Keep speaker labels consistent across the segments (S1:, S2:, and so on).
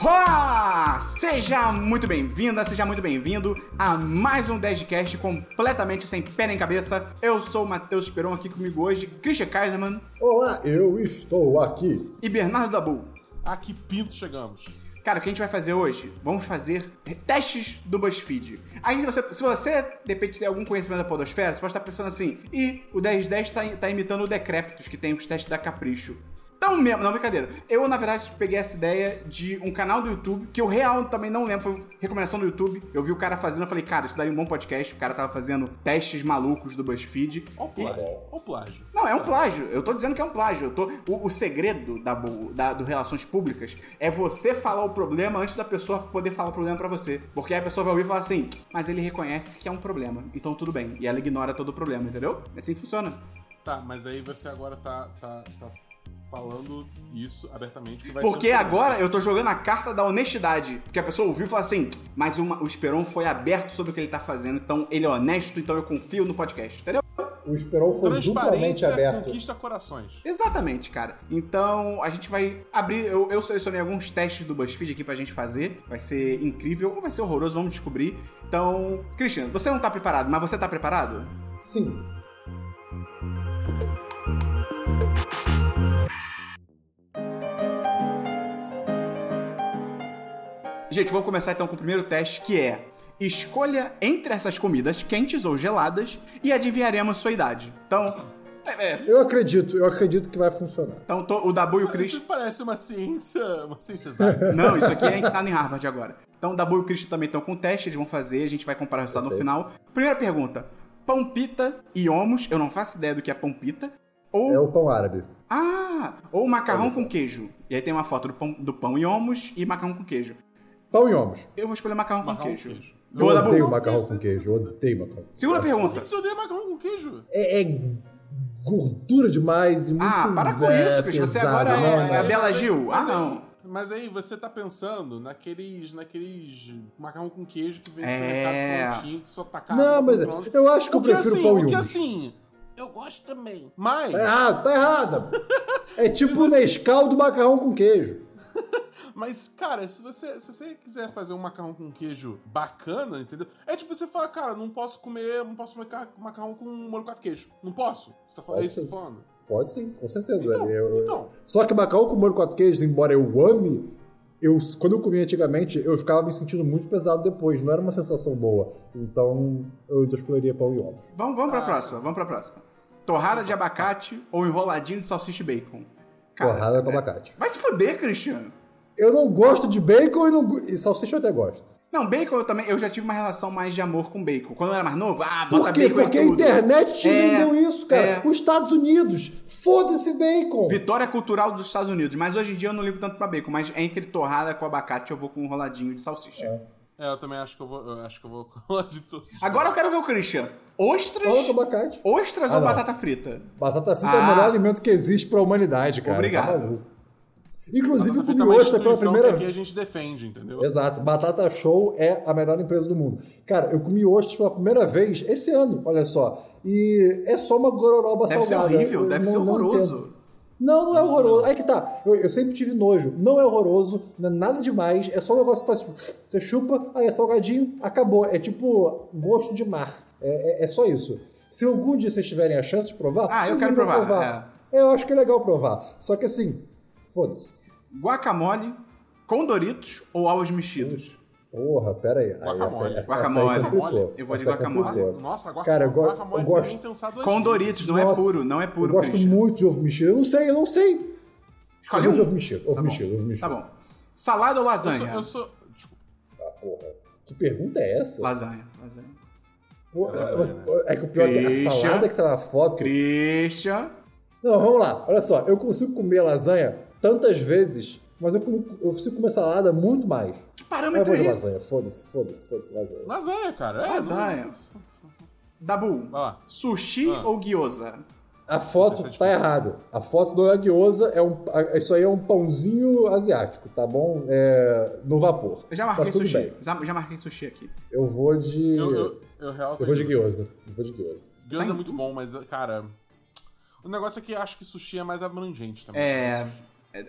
S1: Olá! Seja muito bem-vinda, seja muito bem-vindo a mais um 10cast completamente sem pé nem cabeça. Eu sou o Matheus Esperon, aqui comigo hoje, Christian Kaiserman
S2: Olá, eu estou aqui.
S1: e Bernardo Dabu.
S3: A que pinto chegamos?
S1: Cara, o que a gente vai fazer hoje? Vamos fazer testes do BuzzFeed. Aí, se você, se você de repente, tem algum conhecimento da podosfera, você pode estar pensando assim, e o 1010 tá, tá imitando o Decreptus, que tem os testes da Capricho. Então mesmo, não, brincadeira. Eu, na verdade, peguei essa ideia de um canal do YouTube, que eu real também não lembro, foi recomendação do YouTube. Eu vi o cara fazendo, eu falei, cara, isso daria um bom podcast. O cara tava fazendo testes malucos do BuzzFeed.
S3: Ou
S1: E-
S3: plágio. Ou plágio.
S1: não, é um plágio. Eu tô dizendo que é um plágio. Eu tô... o, o segredo da, bu- da- do Relações Públicas é você falar o problema antes da pessoa poder falar o problema pra você. Porque aí a pessoa vai ouvir e falar assim, mas ele reconhece que é um problema, então tudo bem. E ela ignora todo o problema, entendeu? É assim que funciona.
S3: Tá, mas aí você agora tá, tá, tá falando isso abertamente que vai
S1: Porque
S3: ser um problema.
S1: agora eu tô jogando a carta da honestidade. Porque a pessoa ouviu e falou assim, mas uma- o Esperon foi aberto sobre o que ele tá fazendo, então ele é honesto, então eu confio no podcast, entendeu?
S2: O Esperon foi duplamente
S3: Transparência
S2: aberto.
S3: conquista corações.
S1: Exatamente, cara. Então, a gente vai abrir. Eu, eu selecionei alguns testes do BuzzFeed aqui pra gente fazer. Vai ser incrível ou vai ser horroroso, vamos descobrir. Então, Christian, você não tá preparado, mas você tá preparado?
S2: Sim.
S1: Gente, vamos começar então com o primeiro teste que é: escolha entre essas comidas quentes ou geladas e adivinharemos sua idade. Então,
S2: Eu acredito, eu acredito que vai funcionar.
S1: então tô- o Dabu e o
S3: Isso,
S1: Christian.
S3: isso parece uma ciência, uma ciência exata.
S1: Não, isso aqui é ensinado em Harvard agora. Então, o Dabu e o Christian também estão com o teste, eles vão fazer, a gente vai comparar o resultado no final. Primeira pergunta: Pampita e homus, eu não faço ideia do que é pampita. Ou.
S2: É o pão árabe.
S1: Ah! Ou macarrão com queijo. E aí tem uma foto do pão, do pão e homus e macarrão com queijo.
S2: Pão e ovos.
S1: Eu vou escolher macarrão,
S3: Macarrão
S1: com
S3: com
S1: queijo.
S3: queijo.
S2: Eu
S1: Boa, Dabu.
S2: odeio macarrão com queijo, eu odeio macarrão.
S1: Segunda pergunta.
S3: Por que você odeia macarrão com queijo?
S2: É, é gordura demais e muito
S1: Ah, para com
S2: é,
S1: isso, Christian. Você
S2: pesado,
S1: agora
S2: né? não,
S1: é,
S2: não.
S1: a Bela Gil. Ah,
S3: Mas aí-
S1: não.
S3: Mas aí você tá pensando naqueles, naqueles macarrão com queijo que vem
S1: É.
S3: supermercado prontinho, que só tá tacar
S2: Não, mas eu acho que eu prefiro
S3: assim,
S2: pão
S3: o
S2: e
S3: que
S2: ovos.
S3: assim, eu gosto também. Mas,
S2: Tá errado, tá errado. É tipo o Nescau do macarrão com queijo.
S3: mas cara, se você, se você quiser fazer um macarrão com queijo bacana, entendeu? É tipo você falar, cara, não posso comer, não posso comer ca- macarrão com molho quatro queijo. Não posso. Você tá falando, é
S2: Pode
S3: isso que
S2: sim.
S3: você tá falando?
S2: Pode sim, com certeza.
S3: Então,
S2: Eu-
S3: então.
S2: Só que macarrão com molho quatro queijos, embora eu ame, eu, quando eu comia antigamente, eu ficava me sentindo muito pesado depois. Não era uma sensação boa. Então, eu ainda escolheria pão e ovos.
S1: Vamos, vamos pra
S3: Ah,
S1: próxima, vamos pra próxima. Torrada de abacate ou enroladinho de salsicha e bacon? Cara, é.
S2: Porrada com abacate.
S1: Vai se fuder, Cristiano. Eu
S2: Eu não gosto de bacon e, não go- e salsicha eu até gosto.
S1: Não, bacon eu também. Eu já tive uma relação mais de amor com bacon. Quando eu era mais novo, ah, bota
S2: Por quê?
S1: bacon em
S2: Porque a
S1: tudo.
S2: internet te
S1: É,
S2: vendeu isso, cara.
S1: é.
S2: Os Estados Unidos, foda-se bacon.
S1: Vitória cultural dos Estados Unidos. Mas hoje em dia eu não ligo tanto pra bacon. Mas entre torrada com abacate eu vou com um roladinho de salsicha.
S3: É, eu também acho que eu vou, eu acho que eu vou colar de salsicha.
S1: Agora eu quero ver o Christian. Ostras?
S2: Porrada com abacate.
S1: Ostras
S2: Ah,
S1: ou
S2: não.
S1: batata frita?
S2: Batata frita é
S1: Ah.
S2: o melhor alimento que existe pra humanidade, cara.
S1: Obrigado.
S2: Tá maluco. Inclusive, eu
S3: Batata
S2: comi
S3: frita é uma
S2: ostra pela
S3: instituição
S2: primeira
S3: que aqui
S2: vez.
S3: a gente defende, entendeu?
S2: Exato, Batata Show é a melhor empresa do mundo. Cara, eu comi ostras pela primeira vez esse ano, olha só. E é só uma gororoba
S1: Deve ser
S2: salgada.
S1: horrível,
S2: Eu
S1: deve ser
S2: não
S1: horroroso.
S2: entendo. Não, não é horroroso. É que tá. Eu, eu sempre tive nojo. Não é horroroso, não é nada demais. É só um negócio que faz tipo, você chupa, aí é salgadinho, acabou. É tipo gosto de mar. É, é- é só isso. Se algum dia vocês tiverem a chance de provar,
S1: Ah, eu
S2: vocês
S1: quero
S2: vão
S1: provar,
S2: Eu acho que é legal provar. Só que assim, foda-se.
S1: Guacamole com Doritos ou ovos mexidos?
S2: Porra, pera aí. Aí,
S3: Guacamole,
S2: essa, essa,
S1: guacamole.
S2: Essa aí complicou.
S1: Eu vou de
S2: Essa
S1: guacamole.
S2: complicou.
S3: Nossa, agora é
S2: Cara, eu go-
S3: guacamole
S2: eu
S3: sem nem
S2: gosto-
S3: pensar duas
S1: Com
S3: vezes.
S1: Doritos, não
S2: Nossa,
S1: é puro, não é puro,
S2: Eu gosto
S1: Christian.
S2: muito de ovo mexido. Eu não sei, eu não sei.
S1: Escolhe
S2: eu gosto
S1: um.
S2: de ovo mexido, ovo
S1: Tá bom.
S2: mexido, ovo mexido.
S1: Tá bom. Salada ou
S3: Eu sou,
S1: lasanha?
S3: eu sou- desculpa.
S2: Ah, porra. Que pergunta é essa?
S1: Lasanha, lasanha.
S2: Pô, mas-
S1: né?
S2: é que o pior é que a
S1: Christian.
S2: salada que tá na foto.
S1: Christian.
S2: Não, vamos lá. Olha só, eu consigo comer lasanha tantas vezes, mas eu, como- eu consigo comer salada muito mais.
S1: Que
S2: Eu
S1: parâmetro
S2: vou de
S1: é esse?
S2: lasanha. Foda-se, foda-se, foda-se, lasanha.
S3: Lasanha, cara. É,
S1: Lasanha. Dabu.
S3: Vai lá.
S1: Sushi
S3: Ah.
S1: ou gyoza?
S2: A
S3: Essa é
S2: foto
S3: a
S2: tá errada. A foto do Agiosa é um. a- Isso aí é um pãozinho asiático, tá bom? É, no vapor.
S1: Eu já marquei
S2: Mas tudo
S1: sushi.
S2: bem.
S1: Já, já marquei sushi aqui.
S2: Eu vou de. Eu,
S3: Eu, eu, eu real
S2: vou de Gyoza. Eu vou de Gyoza.
S1: Tá
S3: Gyoza é muito bom, mas, cara. O negócio é que eu acho que sushi é mais abrangente também.
S1: É.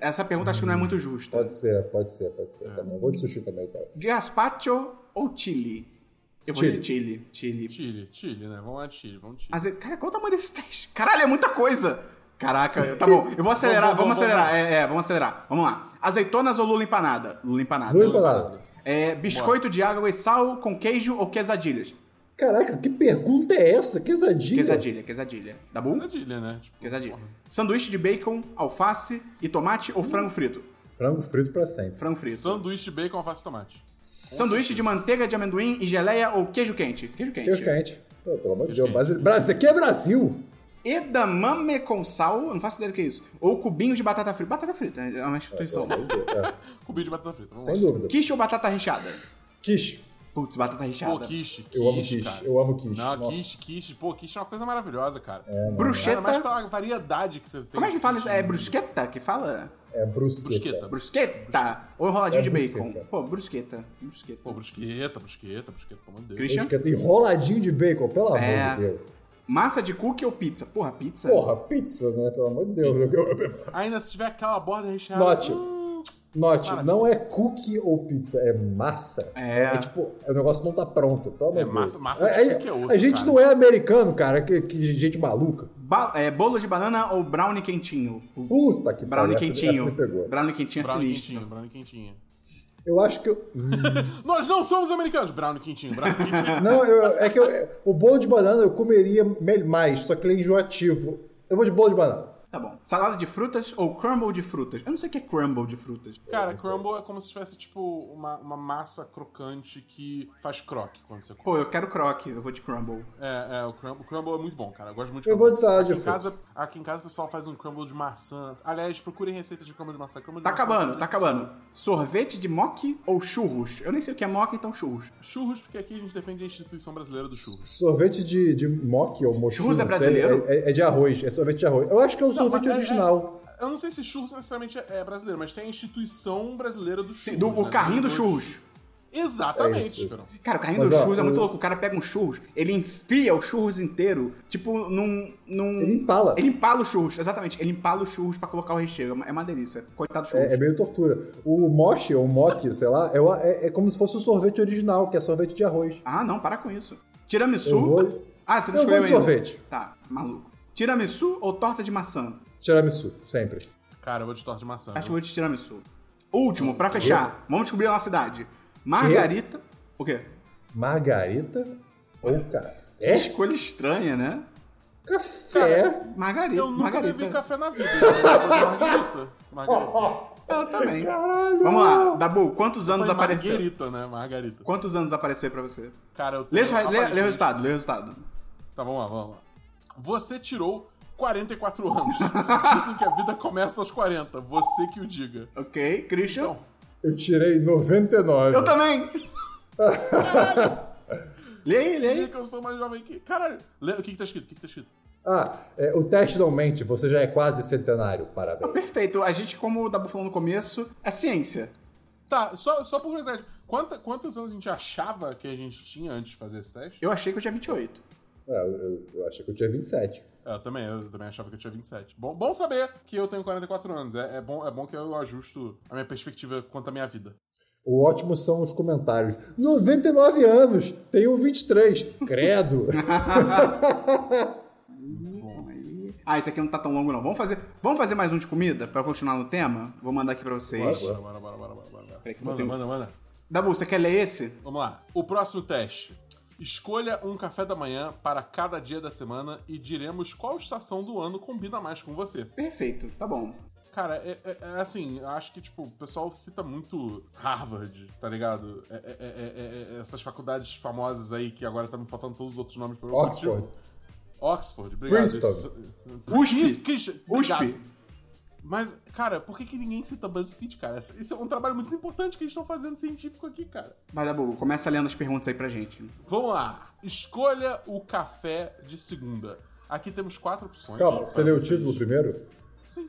S1: Essa pergunta acho que não é muito justa.
S2: Hum, Pode ser, pode ser, pode ser. Tá bom. Vou de sushi também, então.
S1: Gazpacho ou chili? Eu vou
S2: Chili.
S1: de chili. Chili.
S3: Chile, Chile, né? Vamos lá, de Chile, vamos de Chile.
S1: Aze- Cara, qual o tamanho desse teste? Caralho, é muita coisa! Caraca, tá bom. Eu vou acelerar,
S3: Vamos,
S1: vamos,
S3: vamos,
S1: acelerar. É, é, vamos acelerar. Vamos lá. Azeitonas ou lula empanada? Lula empanada.
S2: Lula empanada.
S1: É, biscoito de água e sal com queijo ou quesadilhas?
S2: Caraca, que pergunta é essa? Que zadinha.
S1: Quesadilha, quesadilha. Tá bom?
S3: Quesadilha, né? Tipo,
S1: Quesadilha. Sanduíche de bacon, alface e tomate ou frango frito?
S2: Frango frito pra sempre.
S1: Frango frito.
S3: Sanduíche de bacon, alface e tomate.
S1: Sanduíche de manteiga de amendoim e geleia ou queijo quente? Queijo quente.
S2: Queijo quente. Pô, pelo amor de
S3: Queijo
S2: Deus. Brasil, Brasil, aqui é Brasil.
S1: Edamame com sal, eu não faço ideia do que é isso. Ou cubinhos de batata frita. Batata frita, é uma instituição.
S2: É,
S3: Cubinho de batata frita, vamos
S2: sem
S3: lá.
S2: dúvida.
S1: Quiche ou batata recheada?
S2: Quiche.
S1: Putz, batata
S3: Pô,
S1: recheada.
S3: quiche, quiche,
S2: Eu amo quiche,
S3: cara.
S2: eu amo quiche.
S3: Não,
S2: Nossa. É.
S3: quiche, quiche. Pô, quiche é uma coisa maravilhosa, cara.
S1: Bruschetta.
S3: Ainda mais
S2: tá-
S3: pela variedade que você tem. Hum.
S1: Como é que fala isso? É bruschetta que fala?
S2: É brusqueta.
S3: Brusqueta.
S1: Bruschetta. Ou enroladinho
S2: É
S1: de bacon.
S2: bruschetta.
S1: Pô, bruschetta. Bruschetta.
S3: Pô, brusqueta, brusqueta, brusqueta, pelo amor de Deus.
S1: Christian?
S2: Brusqueta. Enroladinho de bacon, pelo
S1: É.
S2: amor de Deus.
S1: Massa de cookie ou pizza? Porra, pizza?
S2: Porra, pizza, né? Pelo amor de Deus. Eu- eu- eu-
S3: Ainda se tiver aquela borda recheada.
S2: Note.
S3: hum,
S2: Note,
S3: Maravilha.
S2: não é cookie ou pizza, é massa.
S1: É.
S2: tipo, o negócio não tá pronto. Pelo amor
S3: É,
S2: de
S3: massa-
S2: Deus.
S3: massa de
S2: É, é,
S3: cookie é osso,
S2: A gente
S3: cara.
S2: não é americano, cara, que, que gente maluca.
S1: Ba- é, bolo de banana ou brownie quentinho? Putz,
S2: Puta que
S1: Brownie
S2: pariu, essa-
S1: quentinho.
S2: essa me pegou.
S1: Brownie quentinho é
S3: brownie
S1: sinistro.
S3: quentinho, brownie quentinho.
S2: Eu acho que. Eu,
S3: Nós não somos americanos. Brownie quentinho, brownie quentinho.
S2: não, eu- é que eu- o bolo de banana eu comeria me- mais, só que ele é enjoativo. Eu vou de bolo de banana.
S1: Tá bom. Salada de frutas ou crumble de frutas? Eu não sei o que é crumble de frutas.
S3: Cara, crumble é como se tivesse, tipo, uma, uma massa crocante que faz croque quando você come.
S1: Pô, eu quero croque, eu vou de crumble. Tá
S3: É, é, o crumble, o crumble é muito bom, cara. Eu gosto muito de
S2: Eu vou
S3: crumble.
S2: de salada de
S3: aqui, em
S2: frutas.
S3: casa, aqui em casa o pessoal faz um crumble de maçã. Aliás, procurem receitas de crumble de maçã. Crumble de
S1: Tá
S3: maçã é
S1: acabando, tá
S3: delicioso.
S1: acabando. Sorvete de mock ou churros? Eu nem sei o que é mock, então churros.
S3: Churros, porque aqui a gente defende a instituição brasileira do churros.
S2: Sorvete de, de mock ou mochila.
S1: Churros é brasileiro?
S2: É, é de arroz, é sorvete de arroz. Eu acho que é o sorvete
S3: mas é-
S2: original.
S3: Eu não sei se churros necessariamente é brasileiro, mas tem a instituição brasileira do churros.
S1: Sim, do, o
S3: né?
S1: carrinho do
S3: Tem dois-
S1: churros.
S3: Exatamente,
S2: É isso,
S3: Esperão.
S1: Cara, o carrinho
S2: Mas,
S1: do
S2: ó,
S1: churros é muito
S2: o-
S1: louco. O cara pega um churros, ele enfia o churros inteiro, tipo num. num...
S2: Ele empala.
S1: Ele empala o churros, exatamente. Ele empala o churros pra colocar o recheio. É uma- É uma delícia. Coitado do churros.
S2: É, é meio tortura. O mochi ou mock, sei lá, é, o- é- é como se fosse o sorvete original, que é sorvete de arroz.
S1: Ah, não, para com isso. Tiramisu.
S2: Eu vou-
S1: Ah, você não
S2: Eu vou
S1: escolheu ainda.
S2: de sorvete.
S1: Tá, maluco. Tiramisu ou torta de maçã?
S2: Tiramisu, sempre.
S3: Cara, eu vou de torta de maçã.
S1: Acho que eu vou de tiramisu. Último, pra fechar. Vamos descobrir a nossa cidade. Margarita. O quê?
S2: Margarita ou café?
S1: Que Escolha estranha, né?
S2: Café?
S1: Margarita.
S3: Eu nunca
S1: Margarita.
S3: bebi café na vida. então Eu vou de Margarita. Margarita.
S1: Ela também.
S2: Caralho!
S1: Vamos lá, Dabu, quantos anos
S3: Foi
S1: apareceu?
S3: Margarita, né? Margarita.
S1: Quantos anos apareceu aí pra você?
S3: Cara, eu
S1: Lê,
S3: tenho...
S1: o re- lê- lê o
S3: aparentemente-
S1: resultado, lê o resultado.
S3: Tá, vamos lá, vamos lá. Você tirou 44 anos. Dizem que a vida começa aos 40. Você que o diga.
S1: Ok, Christian.
S3: Então,
S2: Eu tirei 99.
S1: Eu também! lê aí, lê
S3: diga
S1: aí.
S3: é que eu sou mais jovem que... Caralho. Lê- O que que tá escrito? O que que tá escrito?
S2: Ah, é, o teste não mente, você já é quase centenário, parabéns.
S1: Perfeito, a gente, como o Dabu falou no começo, é ciência.
S3: Tá, só, só por curiosidade. Quanta, quantos anos a gente achava que a gente tinha antes de fazer esse teste?
S1: Eu achei que eu tinha 28.
S2: Ah, eu, eu- eu achei que eu tinha 27.
S3: Eu também, eu também achava que eu tinha 27. Bom, bom saber que eu tenho 44 anos. É, é bom, é bom que eu ajusto a minha perspectiva quanto à minha vida.
S2: O ótimo são os comentários. 99 anos, tenho 23. Credo!
S1: Ah, esse aqui não tá tão longo não. Vamos fazer, vamos fazer mais um de comida pra continuar no tema? Vou mandar aqui pra vocês.
S2: Bora,
S3: Bora, bora, bora, bora, bora. bora.
S1: Peraí que eu
S3: Manda,
S1: botei um-
S3: manda, manda.
S1: Dabu, você quer ler esse?
S3: Vamos lá. O próximo teste. Escolha um café da manhã para cada dia da semana e diremos qual estação do ano combina mais com você.
S1: Perfeito, tá bom.
S3: Cara, é, é- é assim, eu acho que, tipo, o pessoal cita muito Harvard, tá ligado? É- é- é- é- é- essas faculdades famosas aí que agora estão me faltando todos os outros nomes por algum
S2: Oxford.
S3: motivo. Oxford, obrigado.
S2: Princeton.
S1: USP.
S3: Isso, Christian, obrigado.
S1: USP.
S3: Mas, cara, por que, que ninguém cita BuzzFeed, cara? Isso é um trabalho muito importante que eles estão fazendo científico aqui, cara.
S1: Vai, Dabu, começa lendo as perguntas aí pra gente.
S3: Vamos lá. Escolha o café de segunda. Aqui temos quatro opções.
S2: Calma, você
S3: para
S2: leu o
S3: vocês.
S2: título primeiro?
S3: Sim,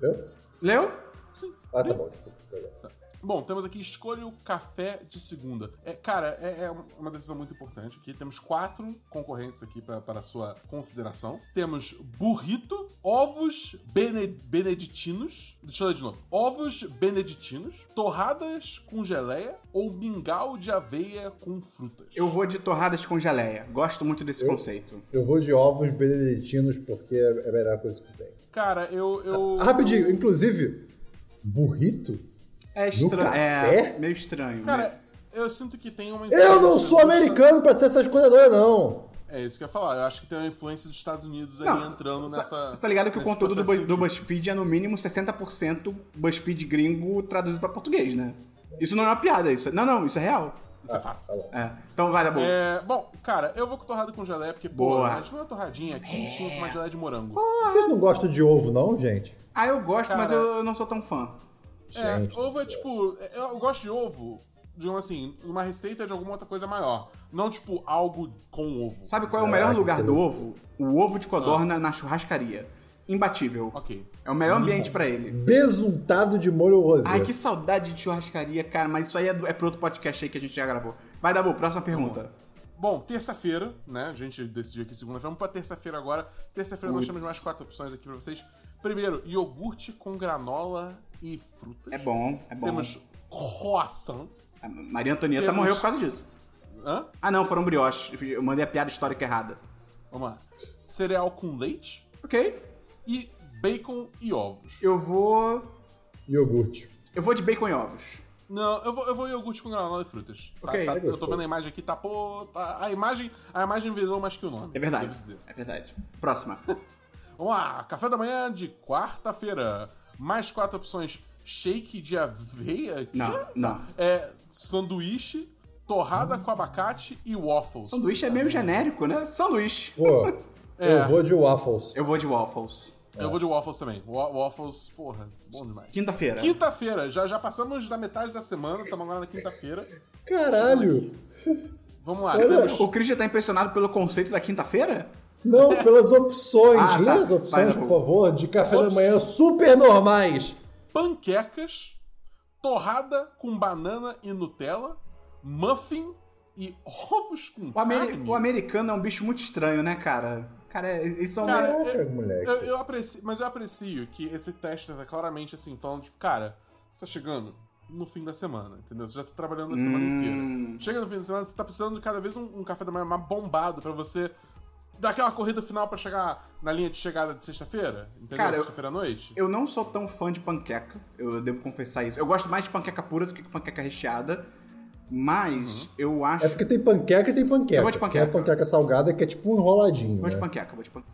S2: Leu?
S1: Leu?
S3: sim.
S2: Ah, tá bom, desculpa. Tá bom.
S3: Bom, temos aqui escolha o café de segunda. É, cara, é, é uma decisão muito importante aqui. Temos quatro concorrentes aqui pra- para sua consideração. Temos burrito, ovos bene- beneditinos. Deixa eu ler de novo. Ovos beneditinos, torradas com geleia ou mingau de aveia com frutas.
S1: Eu vou de torradas com geleia. Gosto muito desse conceito.
S2: Eu vou de ovos beneditinos porque é a melhor coisa que tem.
S3: Cara, eu. eu
S2: Rapidinho, inclusive, burrito?
S1: É
S2: No
S1: estranho.
S2: café?
S1: É meio estranho. né?
S3: Cara, eu sinto que tem uma.
S2: Eu não sou
S3: influência-
S2: americano pra ser essas coisas doidas, não.
S3: É isso que eu ia falar. Eu acho que tem uma influência dos Estados Unidos aí
S1: Não,
S3: entrando
S1: você
S3: nessa.
S1: Você tá ligado que o
S3: nesse
S1: conteúdo do,
S3: processo
S1: Bu- do
S3: de-
S1: BuzzFeed é no mínimo 60% BuzzFeed gringo traduzido pra português, né? Isso não é uma piada, isso. é- Não, não, isso é real.
S3: Isso é fato.
S2: Tá bom.
S1: É. Então vai, Dabu.
S3: É, bom, cara, eu vou com torrada com geleia, porque, pô,
S1: Boa.
S3: imagina uma torradinha quentinha com uma geleia de morango.
S2: Vocês não gostam de ovo, não, gente?
S1: Ah, eu gosto, mas
S3: Cara.
S1: eu, eu não sou tão fã.
S3: É,
S2: Gente do
S3: ovo é
S2: céu.
S3: tipo. é, Eu gosto de ovo, digamos assim, numa receita de alguma outra coisa maior. Não, tipo, algo com ovo.
S1: Sabe qual é o
S2: Caraca,
S1: melhor lugar
S2: que
S1: do ovo? O ovo de codorna na churrascaria. Imbatível.
S3: Ah. Ok. Uhum.
S1: É o melhor
S3: Muito
S1: ambiente
S3: bom.
S1: pra ele.
S2: Besuntado de molho rosé.
S1: Ai, que saudade de churrascaria, cara. Mas isso aí é, do, é pro outro podcast aí que a gente já gravou. Vai, Dabu, próxima
S3: Tá
S1: pergunta.
S3: Bom, terça-feira, né? A gente decidiu aqui segunda. Vamos pra terça-feira agora. Terça-feira nós
S1: Putz.
S3: temos mais quatro opções aqui pra vocês. Primeiro, iogurte com granola e frutas.
S1: É bom, é bom.
S3: Temos croissant.
S1: A Maria Antonieta
S3: Temos-
S1: morreu por causa disso.
S3: Hã?
S1: Ah, não, foram brioches. Eu mandei a piada histórica errada.
S3: Vamos lá. Cereal com leite
S1: Ok.
S3: e bacon e ovos.
S1: Eu vou.
S2: Iogurte.
S1: Eu vou de bacon e ovos.
S3: Não, eu vou, eu vou iogurte com granola e frutas. Tá-
S1: Ok,
S3: tá-
S1: é
S3: eu tô
S2: gostoso.
S3: vendo a imagem aqui, tá pô. tá- a, imagem, a imagem virou mais que o nome.
S1: É verdade.
S3: devo dizer.
S1: É verdade. Próxima.
S3: Vamos lá, café da manhã de quarta-feira. Mais quatro opções: shake de aveia.
S1: Não,
S3: Tá.
S1: não.
S3: É sanduíche, torrada com abacate e waffles.
S1: Hum. Sanduíche é
S3: Tá
S1: meio genérico, né? Sanduíche.
S2: Pô,
S3: É.
S2: eu vou de waffles.
S1: Eu vou de waffles.
S3: Eu vou de waffles também. Wa- Waffles, porra, bom demais.
S1: Quinta-feira.
S3: Quinta-feira, já, já passamos da metade da semana, estamos agora na quinta-feira.
S2: Caralho.
S3: Vamos lá,
S2: Olha,
S3: temos
S1: O Christian tá impressionado pelo conceito da quinta-feira?
S2: Não, pelas opções.
S1: Ah,
S2: Lê
S1: tá.
S2: as
S1: Vai,
S2: opções,
S1: Dabu.
S2: por favor, de café da
S3: Ops.
S2: manhã super normais.
S3: panquecas, torrada com banana e Nutella, muffin e ovos com
S1: O, ameri-
S3: carne.
S1: o americano é um bicho muito estranho, né, cara? Cara, é, eles são.
S3: Cara,
S2: Caraca,
S3: eu-
S2: moleque.
S3: Eu, eu aprecio, mas eu aprecio que esse teste tá claramente assim, falando, tipo, cara, você tá chegando no fim da semana, entendeu? Você já tá trabalhando a semana
S1: Hum.
S3: inteira. Chega no fim da semana, você tá precisando de cada vez um, um café da manhã mais bombado pra você dar aquela corrida final pra chegar na linha de chegada de sexta-feira, entendeu?
S1: Cara, eu-
S3: Sexta-feira à noite.
S1: Eu não sou tão fã de panqueca, eu devo confessar isso. Eu gosto mais de panqueca pura do que panqueca recheada, mas eu acho.
S2: É porque tem panqueca e tem panqueca.
S1: Eu vou de panqueca.
S2: Tem a panqueca salgada, que é tipo um enroladinho.
S1: Vou de
S2: né?
S1: panqueca, vou de panqueca.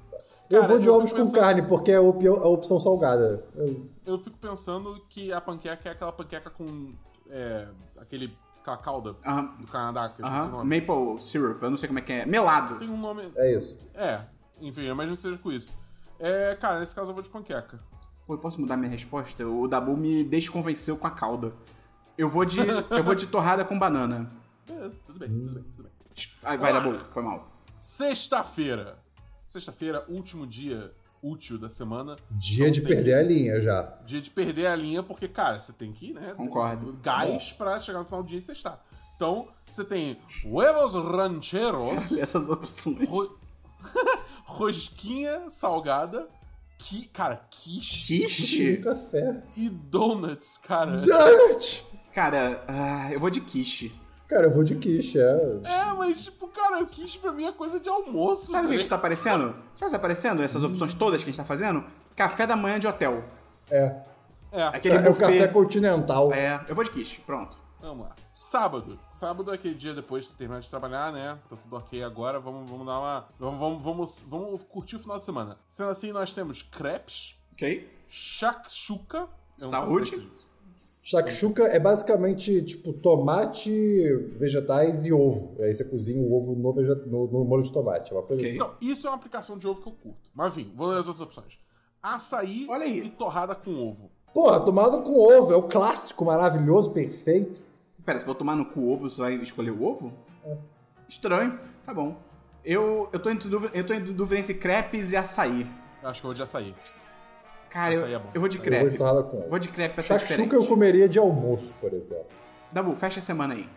S2: Eu
S3: Cara,
S2: vou de
S3: eu
S2: ovos
S3: fico
S2: com
S3: pensando-
S2: carne, porque é a opi- a opção salgada. Eu-
S3: Eu fico pensando que a panqueca é aquela panqueca com é, aquele aquela calda
S1: Aham.
S3: do Canadá, que eu esqueci o
S1: Aham,
S3: nome.
S1: Maple syrup, eu não sei como é que é. Melado.
S3: Tem um nome.
S2: É isso.
S3: É, enfim, eu imagino que seja com isso. É, cara, nesse caso eu vou de panqueca.
S1: Pô, eu posso mudar minha resposta? O Dabu me desconvenceu com a calda. Eu vou de. eu vou de torrada com banana.
S3: Beleza, É, tudo bem, tudo bem, tudo bem.
S1: Ai, vai,
S2: Ah.
S1: Dabu, foi mal.
S3: Sexta-feira! Sexta-feira, último dia útil da semana.
S2: Dia
S3: Então
S2: de
S3: tem
S2: perder a linha já.
S3: Dia de perder a linha, porque, cara, você tem que, né?
S1: Concordo.
S3: Gás pra chegar no final do dia e sextar. Então, você tem huevos rancheros.
S1: Essas opções.
S3: Ro- Rosquinha salgada. Que, cara, quiche
S2: E um
S1: Quiche?
S2: café.
S3: e donuts, cara.
S2: Donut!
S1: Cara, ah, eu vou de quiche.
S2: Cara, eu vou de quiche, é.
S3: É, mas tipo, cara, quiche pra mim é coisa de almoço.
S1: Sabe o que que
S3: tá
S1: está aparecendo? Sabe o que está aparecendo? Essas opções todas que a gente está fazendo? Café da manhã de hotel.
S2: É,
S3: ligado? É,
S1: Aquele
S2: é o
S1: buffet.
S2: café continental.
S1: É, eu vou de quiche, pronto.
S3: vamos lá. Sábado. Sábado é aquele dia depois de terminar de trabalhar, né? Tá tudo ok agora, vamos, vamos dar uma... Vamos, vamos, vamos, vamos curtir o final de semana. Sendo assim, nós temos crepes,
S1: Ok?
S3: shakshuka... eu não faço
S1: Saúde.
S3: ideia disso.
S2: Shakshuka é basicamente tipo tomate, vegetais e ovo. Aí você cozinha o ovo no, vege- no- no molho de tomate. É uma coisa
S1: Ok.
S2: assim.
S3: Então, isso é uma aplicação de ovo que eu curto. Mas enfim, vou ler as outras opções. Açaí
S1: Olha aí.
S3: e torrada com ovo.
S2: Porra, tomada com ovo, é o clássico, maravilhoso, perfeito.
S1: Pera, se eu vou tomar no cu ovo, você vai escolher o ovo?
S2: É.
S1: Estranho. Tá bom. Eu, eu, tô em dúvida, eu tô em dúvida entre crepes e açaí.
S3: Eu Acho que eu vou de açaí.
S1: Cara,
S3: Essa
S1: eu,
S3: aí é bom.
S1: eu vou de
S3: Eu
S2: Eu vou
S1: crepe.
S2: de torrada com ovo.
S1: Vou de crepe pra ser é diferente.
S2: Shakshuka eu comeria de almoço, por exemplo.
S1: Dabu, fecha a semana aí.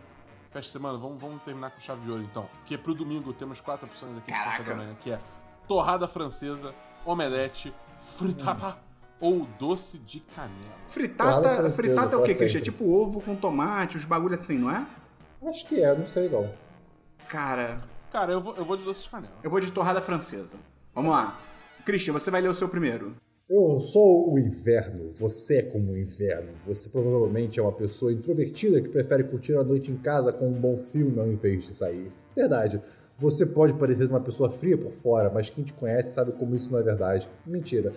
S3: Fecha de semana, vamos, vamos terminar com chave de ouro então. Porque pro domingo temos quatro opções aqui
S1: Caraca.
S3: de café da manhã, que é torrada francesa, omelete, frittata
S1: Hum.
S3: ou doce de canela.
S1: Fritata,
S2: Torrada francesa, tá
S1: fritata é o
S2: pra
S1: quê, Christian? É
S2: sempre.
S1: tipo ovo com tomate, uns bagulho assim, não é?
S2: Acho que é, não sei não.
S1: Cara,
S3: Cara, eu vou, eu vou de doce de canela.
S1: eu vou de torrada francesa. Vamos lá. Christian, você vai ler o seu primeiro.
S2: Eu sou o inverno, você é como o inverno. Você provavelmente é uma pessoa introvertida que prefere curtir a noite em casa com um bom filme ao invés de sair. Verdade. Você pode parecer uma pessoa fria por fora, mas quem te conhece sabe como isso não é verdade. Mentira.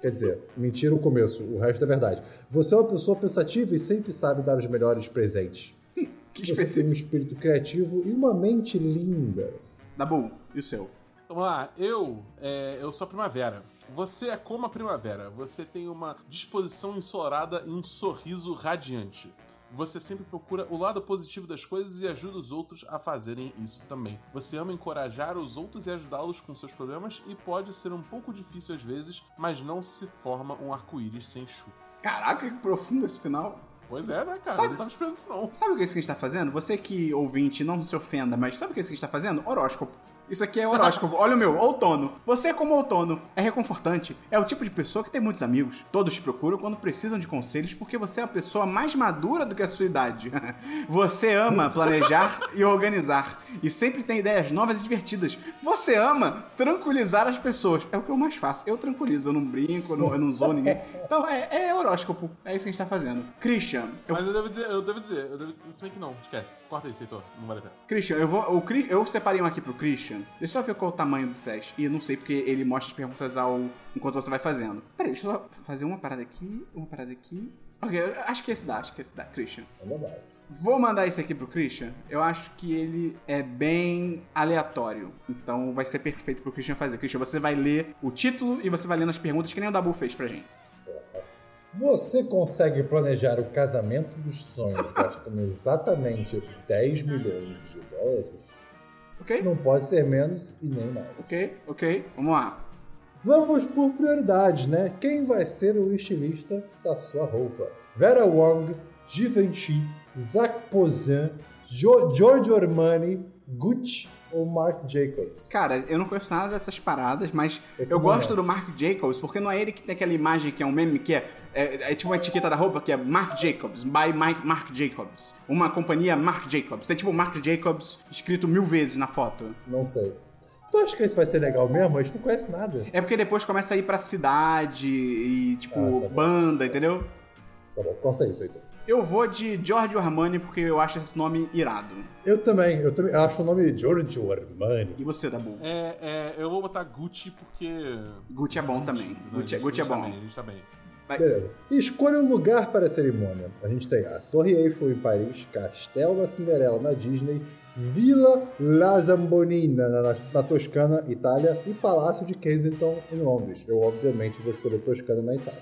S2: Quer dizer, mentira o começo, o resto é verdade. Você é uma pessoa pensativa e sempre sabe dar os melhores presentes.
S1: Que
S2: Você tem
S1: específico.
S2: um espírito criativo e uma mente linda.
S1: Dabu, e o seu?
S3: Vamos lá, eu, é, eu sou a primavera. Você é como a primavera. Você tem uma disposição ensolarada e um sorriso radiante. Você sempre procura o lado positivo das coisas e ajuda os outros a fazerem isso também. Você ama encorajar os outros e ajudá-los com seus problemas e pode ser um pouco difícil às vezes, mas não se forma um arco-íris sem chuva.
S1: Caraca, que profundo esse final.
S3: Pois é, né, cara?
S1: Sabe-
S3: Não tava esperando isso não.
S1: Sabe o que é isso que a gente tá fazendo? Você que ouvinte, não se ofenda, mas sabe o que é isso que a gente tá fazendo? Horóscopo. Isso aqui é horóscopo. Olha o meu, outono. Você, como outono, é reconfortante. É o tipo de pessoa que tem muitos amigos. Todos te procuram quando precisam de conselhos porque você é a pessoa mais madura do que a sua idade. Você ama planejar e organizar. E sempre tem ideias novas e divertidas. Você ama tranquilizar as pessoas. É o que eu mais faço. Eu tranquilizo, eu não brinco, eu não, eu não zoo ninguém. Então é, é horóscopo. É isso que a gente tá fazendo. Christian, eu
S3: Mas eu devo dizer, eu devo dizer, eu devo... se bem que não, esquece. Corta isso, Heitor, não vale a pena.
S1: Christian, eu vou. O Cri- eu separei um aqui pro Christian. Deixa eu só ver qual é o tamanho do teste. E eu não sei porque ele mostra as perguntas ao. enquanto você vai fazendo. Peraí, deixa eu só fazer uma parada aqui, uma parada aqui. Ok, eu acho que esse dá, acho que esse dá, Christian.
S2: Ainda mais.
S1: Vou mandar esse aqui pro Christian. Eu acho que ele é bem aleatório. Então vai ser perfeito pro Christian fazer. Christian, você vai ler o título e você vai lendo as perguntas que nem o Dabu fez pra gente.
S2: Você consegue planejar o casamento dos sonhos gastando exatamente 10 milhões de dólares?
S1: Ok?
S2: Não pode ser menos e nem mais.
S1: Ok, ok. Vamos lá.
S2: Vamos por prioridades, né? Quem vai ser o estilista da sua roupa? Vera Wong, Givenchy, Zac Posen, Jo- Giorgio Armani, Gucci ou Marc Jacobs?
S1: Cara, eu não conheço nada dessas paradas, mas eu,
S2: Eu também
S1: gosto
S2: não.
S1: do Mark Jacobs, porque não é ele que tem aquela imagem que é um meme que é, é, é tipo uma etiqueta da roupa que é Mark Jacobs, by Mike Mark Jacobs. Uma companhia Mark Jacobs. Tem tipo Mark Jacobs escrito mil vezes na foto.
S2: Não sei. Tu acha que isso vai ser legal mesmo? A gente não conhece nada.
S1: É porque depois começa a ir pra cidade e, tipo,
S2: Ah, tá bom.
S1: banda, entendeu?
S2: Tá bom, corta isso, então.
S1: Eu vou de Giorgio Armani porque eu acho esse nome irado.
S2: Eu também, eu também. Eu acho o nome Giorgio Armani.
S1: E você, Dabu?
S3: É, é, eu vou botar Gucci porque.
S1: Gucci é bom também.
S3: né,
S1: Gucci é-
S3: a gente-
S1: Gucci é
S3: a gente tá
S1: bom.
S3: bem, a gente tá bem.
S2: Beleza. Escolha um lugar para a cerimônia. A gente tem a Torre Eiffel em Paris, Castelo da Cinderela na Disney, Vila La Zambonina na, na Toscana, Itália, e Palácio de Kensington em Londres. Eu, obviamente, vou escolher Toscana na Itália.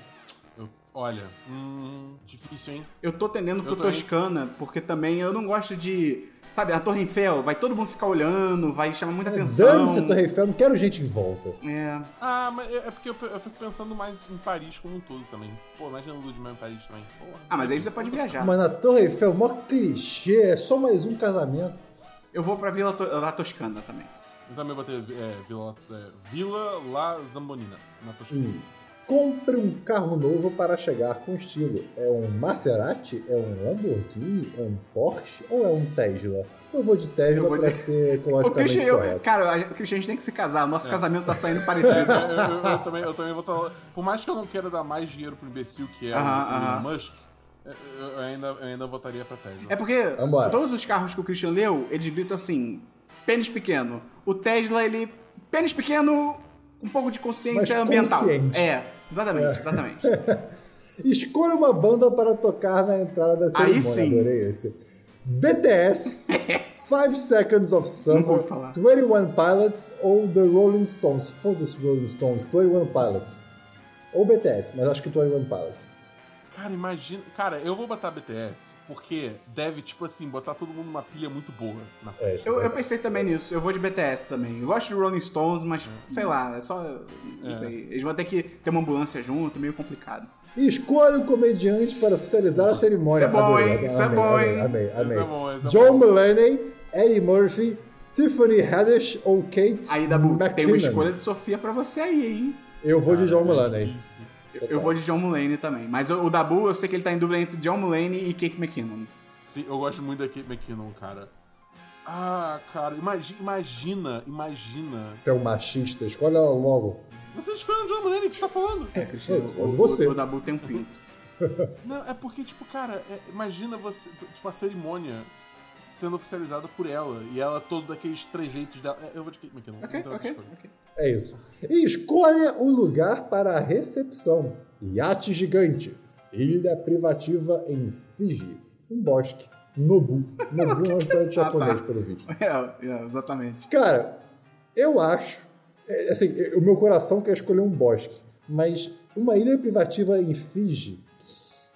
S3: Eu- olha, hum, difícil, hein?
S1: Eu tô tendendo pro
S3: Eu também.
S1: Toscana, porque também eu não gosto de. Sabe, a Torre Eiffel, vai todo mundo ficar olhando, vai chamar muita atenção.
S2: É, Dane-se a Torre Eiffel, não quero gente em volta.
S1: É.
S3: Ah, mas é é porque eu, eu fico pensando mais em Paris como um todo também. Pô, imagina o Ludman em Paris também. Porra.
S1: Ah, mas aí você pode viajar.
S2: Mas na Torre Eiffel, mó clichê, é só mais um casamento.
S1: Eu vou pra Vila To- La Toscana também.
S3: Eu também botei é, Vila, é, Vila La Zambonina, na Toscana.
S1: Hum.
S2: Isso. Compre um carro novo para chegar com estilo. É um Maserati? É um Lamborghini? É um Porsche? Ou é um Tesla? Eu vou de
S1: Eu
S2: Tesla
S1: vou
S2: para
S1: de-
S2: ser
S1: O Christian,
S2: ecologicamente
S1: e eu,
S2: é correto.
S1: cara, a- o Christian, a gente tem que se casar.
S3: É.
S1: Nosso casamento tá saindo parecido.
S3: Eu, eu- eu também, eu também vou estar. Por mais que eu não queira dar mais dinheiro pro imbecil que é o-
S1: Aham,
S3: o
S1: aham.
S3: Elon Musk, é, eu, eu ainda, eu ainda votaria pra Tesla.
S1: É porque
S2: Vambora.
S1: todos os carros que o Christian leu, eles gritam assim: pênis pequeno. O Tesla, ele. Pênis pequeno, com um pouco de consciência
S2: Mas
S1: ambiental.
S2: consciente.
S1: É, exatamente, exatamente.
S2: Escolha uma banda para tocar na entrada da cerimônia.
S1: sim.
S2: Adorei esse. BTS, Five Seconds of
S1: Nunca
S2: Summer,
S1: ouvi falar.
S2: 21 Pilots ou The Rolling Stones. Foda-se Rolling Stones, 21 Pilots. Ou BTS, mas acho que 21 Pilots.
S3: Cara, imagina. Cara, eu vou botar BTS, porque deve, tipo assim, botar todo mundo numa pilha muito boa na frente.
S4: É, isso
S1: Eu,
S4: é-
S1: eu pensei também nisso. Eu vou de BTS também. Eu gosto de Rolling Stones, mas sei lá, é só. Não sei. Eles vão ter que ter uma ambulância junto, meio complicado.
S2: E escolha um comediante para oficializar a cerimônia.
S1: Isso é bom,
S2: Adorei,
S1: hein?
S2: adorei,
S1: Isso é
S2: amei,
S1: bom,
S2: amei,
S1: hein?
S2: amei, amei.
S3: Isso é bom, isso é
S2: John
S3: bom.
S2: Mulaney, Eddie Murphy, Tiffany Haddish ou Kate
S1: Aí, Dabu, tem uma
S2: McKinnon.
S1: escolha Ah, de Sofia pra você aí, hein?
S2: Eu vou de John
S3: É
S2: Mulaney.
S3: isso.
S1: Eu- Eu vou de John Mulaney também. Mas o, o Dabu, eu sei que ele tá em dúvida entre John Mulaney e Kate McKinnon.
S3: Sim, eu gosto muito da Kate McKinnon, cara. Ah, cara, imagi- imagina, imagina.
S2: Seu machista, escolha ela logo.
S3: Você escolhe o John Mulaney que você tá falando.
S1: É, Cristiano,
S2: eu-
S1: o,
S2: você.
S1: o, o Dabu tem um pinto.
S3: Não, é porque, tipo, cara, é- imagina você, tipo, a cerimônia sendo oficializada por ela. E ela todo daqueles trejeitos dela. É, eu vou de Kate McKinnon.
S1: Ok,
S3: não tem outra
S1: ok,
S3: escolha.
S1: ok.
S2: É isso. E escolha um lugar para a recepção. Iate gigante. Ilha privativa em Fiji. Um bosque. Nobu. Nobu é um restaurante
S1: Ah, tá.
S2: japonês, pelo visto.
S1: É, é, exatamente.
S2: Cara, eu acho. é, Assim, é, o meu coração quer escolher um bosque. Mas uma ilha privativa em Fiji.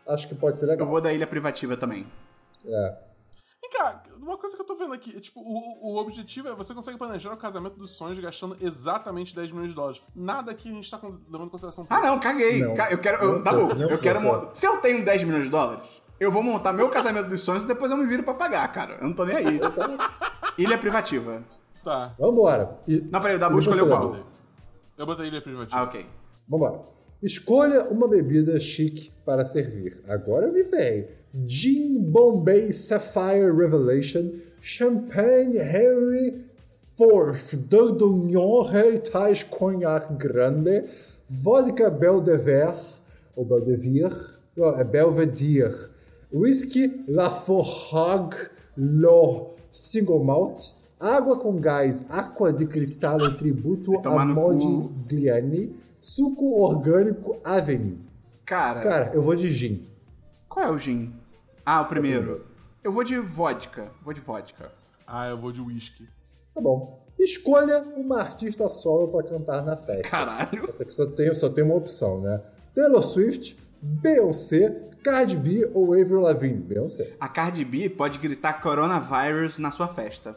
S2: Acho que pode ser
S1: Eu
S2: legal.
S1: vou da Ilha Privativa também.
S2: É.
S3: Vem cá, uma coisa que eu tô vendo aqui, é, tipo, o, o objetivo é você consegue planejar o casamento dos sonhos gastando exatamente 10 milhões de dólares. Nada aqui a gente tá com- levando em consideração.
S1: Ah, não, caguei.
S2: Não.
S1: Ca- Eu quero. Eu,
S2: Não,
S1: Dabu,
S2: não,
S1: eu
S2: não,
S1: quero.
S2: não.
S1: mon- Se eu tenho 10 milhões de dólares, eu vou montar meu casamento dos sonhos e depois eu me viro pra pagar, cara. Eu não tô nem aí. Ilha Privativa.
S3: Tá.
S2: Vambora. E-
S1: Não, peraí, o Dabu
S2: e você,
S1: escolheu
S2: Dabu?
S1: qual?
S3: Eu botei ele privativo.
S1: Ah, ok.
S2: Vambora. Escolha uma bebida chique para servir. Agora eu me vem. Gin Bombay Sapphire Revelation, Champagne Harry Fourth, Dandognon Heritage Cognac Grande, Vodka Belvedere, ou Belvedere, não, é Belvedere, Whisky Laforgue L'Or Single Malt, Água com gás, aqua de cristal em tributo a
S1: tomar no
S2: Modi
S1: cu.
S2: Gliani, suco orgânico Avenue.
S1: Cara,
S2: Cara, eu vou de gin.
S1: qual é o gin? Ah, o primeiro. Eu vou de vodka. Vou de vodka.
S3: Ah, eu vou de whisky.
S2: Tá bom. Escolha uma artista solo pra cantar na festa.
S1: Caralho.
S2: Essa aqui só tem, só tem uma opção, né? Taylor Swift, Beyoncé, Cardi B ou Avril Lavigne. Beyoncé.
S1: A Cardi B pode gritar coronavírus na sua festa.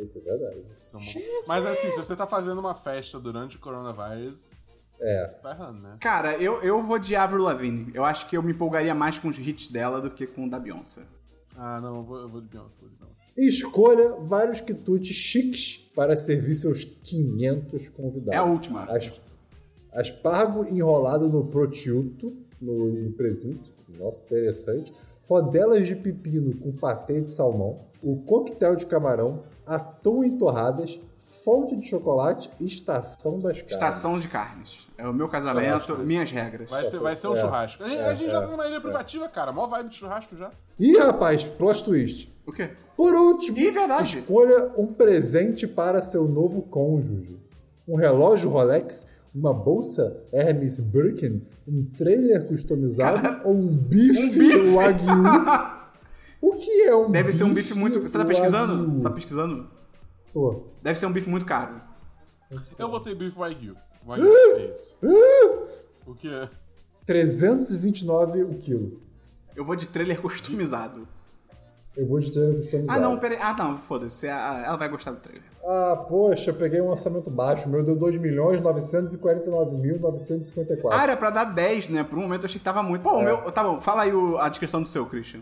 S2: Isso é verdade.
S3: São bons. Mas assim, se você tá fazendo uma festa durante o coronavírus,
S2: É.
S3: você tá errando, né?
S1: Cara, eu, eu vou de Avril Lavigne. Eu acho que eu me empolgaria mais com os hits dela do que com o da Beyoncé.
S3: Ah, não, eu vou, eu vou de Beyoncé, vou de Beyoncé.
S2: Escolha vários quitutes chiques para servir seus 500 convidados.
S1: É a última.
S2: As- aspargo enrolado no prosciutto, no, no presunto. Nossa, interessante. Rodelas de pepino com patê de salmão. O coquetel de camarão. Atum em torradas. Fonte de chocolate e estação das carnes.
S1: Estação de carnes. É o meu casamento, minhas regras.
S3: Vai ser, vai ser um
S2: É,
S3: churrasco. A gente, a
S2: é,
S3: gente já tá
S2: é,
S3: numa ilha privativa, cara. Mó vibe de churrasco já.
S2: Ih, rapaz, plot twist.
S1: O quê?
S2: Por último,
S1: Ih, é verdade.
S2: escolha um presente para seu novo cônjuge. Um relógio Rolex, uma bolsa Hermes Birkin, um trailer customizado ou um bife, Wagyu. O que é um
S1: Deve ser um bife muito. Você tá pesquisando?
S2: Wagyu?
S1: Você tá pesquisando?
S2: Tô.
S1: Deve ser um bife muito caro.
S3: Eu votei Beef Wagyu. Wagyu, é isso. O que é?
S2: 329 o quilo.
S1: Eu vou de trailer customizado.
S2: Eu vou de trailer
S1: Ah,
S2: customizado.
S1: não, peraí. Ah, não, foda-se. Ah, Ela vai gostar do trailer.
S2: Ah, poxa, eu peguei um orçamento baixo. O meu deu 2 milhões
S1: Ah, era pra dar 10, né? Por um momento eu achei que tava muito. Pô, o meu. Tá bom, fala aí o- a descrição do seu, Christian.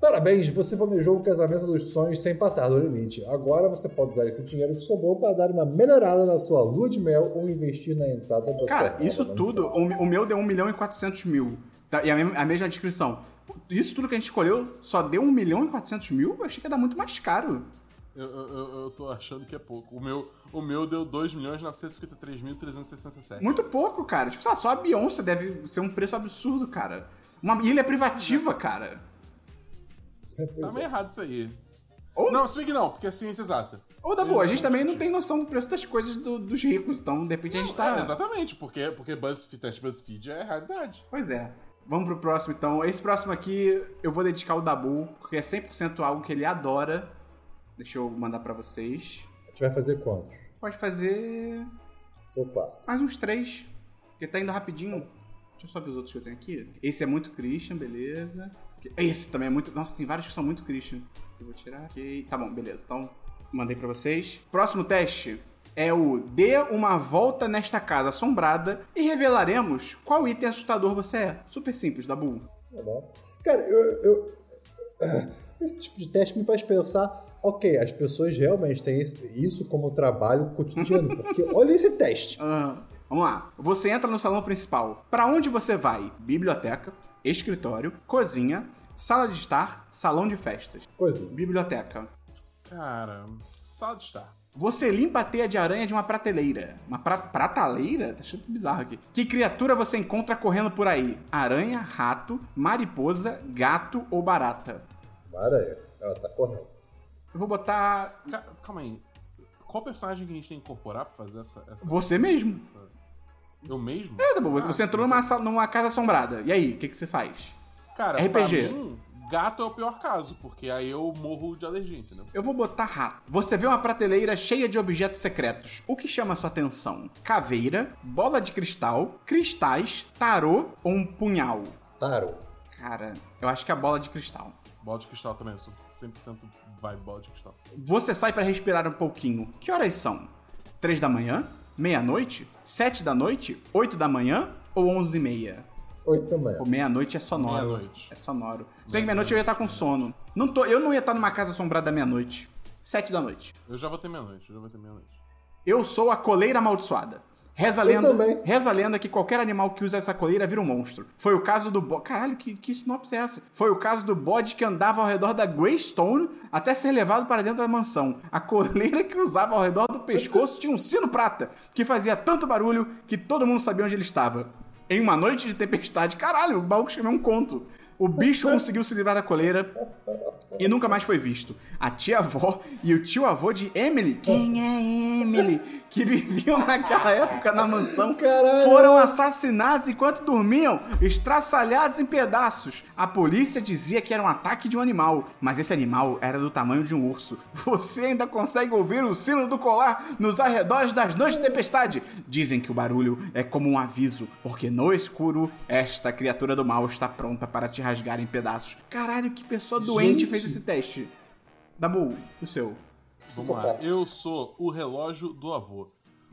S2: Parabéns, você planejou o casamento dos sonhos sem passar do limite. Agora você pode usar esse dinheiro que sobrou para dar uma melhorada na sua lua de mel ou investir na entrada da sua
S1: Cara,
S2: nova
S1: isso
S2: mansão.
S1: tudo. O, o meu deu 1 milhão e 400 mil. Tá, E a, mesma- a mesma descrição. Isso tudo que a gente escolheu só deu 1 milhão e 400 mil? Eu achei que ia dar muito mais caro.
S3: Eu, eu, eu- eu tô achando que é pouco. O meu, o meu deu 2.953.367.
S1: Muito pouco, cara. Tipo, sei lá, só a Beyoncé deve ser um preço absurdo, cara. Uma ilha privativa, cara.
S2: é,
S3: Tá meio errado isso aí.
S1: Ou-
S3: Não, se bem que não, porque é ciência exata.
S1: Ou da boa, a gente também não tem noção do preço das coisas do- dos ricos, então de repente a gente tá.
S3: É, exatamente, porque, porque BuzzFeed, teste BuzzFeed é raridade.
S1: Pois é. Vamos pro próximo então. Esse próximo aqui eu vou dedicar ao Dabu, porque é 100% algo que ele adora. Deixa eu mandar pra vocês.
S2: A gente vai fazer quantos?
S1: Pode fazer
S2: São quatro.
S1: mais uns três, porque tá indo rapidinho. Deixa eu só ver os outros que eu tenho aqui. Esse é muito Christian, beleza. Esse também é muito. Nossa, tem vários que são muito Christian. Eu vou tirar. Ok. Tá bom, beleza. Então, mandei pra vocês. Próximo teste é o Dê uma volta nesta casa assombrada e revelaremos qual item assustador você é. Super simples, Dabu.
S2: Tá bom. Cara, eu, eu- Esse tipo de teste me faz pensar, ok, as pessoas realmente têm esse- isso como trabalho cotidiano, porque olha esse teste.
S1: Ah, vamos lá. Você entra no salão principal. Pra onde você vai? Biblioteca, escritório, cozinha, sala de estar, salão de festas.
S2: Coisa.
S1: Biblioteca.
S3: Cara, sala de estar.
S1: Você limpa a teia de aranha de uma prateleira. Uma pra prateleira? Tá achando bizarro aqui. Que criatura você encontra correndo por aí? Aranha, rato, mariposa, gato ou barata?
S2: Maravilha. Ela tá correndo.
S1: Eu vou botar
S3: Ca- calma aí. Qual personagem que a gente tem que incorporar pra fazer essa. essa,
S1: você mesmo.
S3: essa- Eu mesmo?
S1: É, Dabu, você-
S3: Ah,
S1: você entrou numa, sala- numa casa assombrada. E aí, o que, que você faz?
S3: Ah, Cara,
S1: RPG.
S3: pra mim, gato é o pior caso, porque aí eu morro de alergia, entendeu?
S1: Eu vou botar rato. Você vê uma prateleira cheia de objetos secretos. O que chama sua atenção? Caveira, bola de cristal, cristais, tarô ou um punhal?
S2: Taro.
S1: Cara, eu acho que é a bola de cristal.
S3: Bola de cristal também, eu sou 100% vai bola de cristal.
S1: Você sai pra respirar um pouquinho. Que horas são? 3 da manhã? Meia-noite? 7 da noite? 8 da manhã? Ou 11 e meia?
S2: Oito da manhã.
S1: Pô, meia-noite é sonoro.
S3: Meia-noite.
S1: É sonoro. Se bem que meia-noite eu ia estar com sono. Não tô, eu não ia estar numa casa assombrada meia-noite. 7 da noite.
S3: Eu já vou ter meia-noite, eu já vou ter meia-noite.
S1: Eu sou a coleira amaldiçoada. Reza a
S2: Eu
S1: lenda,
S2: também.
S1: reza a lenda que qualquer animal que usa essa coleira vira um monstro. Foi o caso do bo... Caralho, que, que sinopse é essa? Foi o caso do bode que andava ao redor da Greystone até ser levado para dentro da mansão. A coleira que usava ao redor do pescoço tinha um sino prata, que fazia tanto barulho que todo mundo sabia onde ele estava. Em uma noite de tempestade, caralho, o maluco escreveu um conto. O bicho conseguiu se livrar da coleira e nunca mais foi visto. A tia-avó e o tio-avô de Emily, quem é Emily, que viviam naquela época na mansão,
S2: Caralho!
S1: foram assassinados enquanto dormiam, estraçalhados em pedaços. A polícia dizia que era um ataque de um animal, mas esse animal era do tamanho de um urso. Você ainda consegue ouvir o sino do colar nos arredores das noites de tempestade. Dizem que o barulho é como um aviso, porque no escuro, esta criatura do mal está pronta para te rasgar em pedaços. Caralho, que pessoa doente
S2: Gente.
S1: fez esse teste. Dabu, o seu.
S3: Vamos lá. Eu sou o relógio do avô.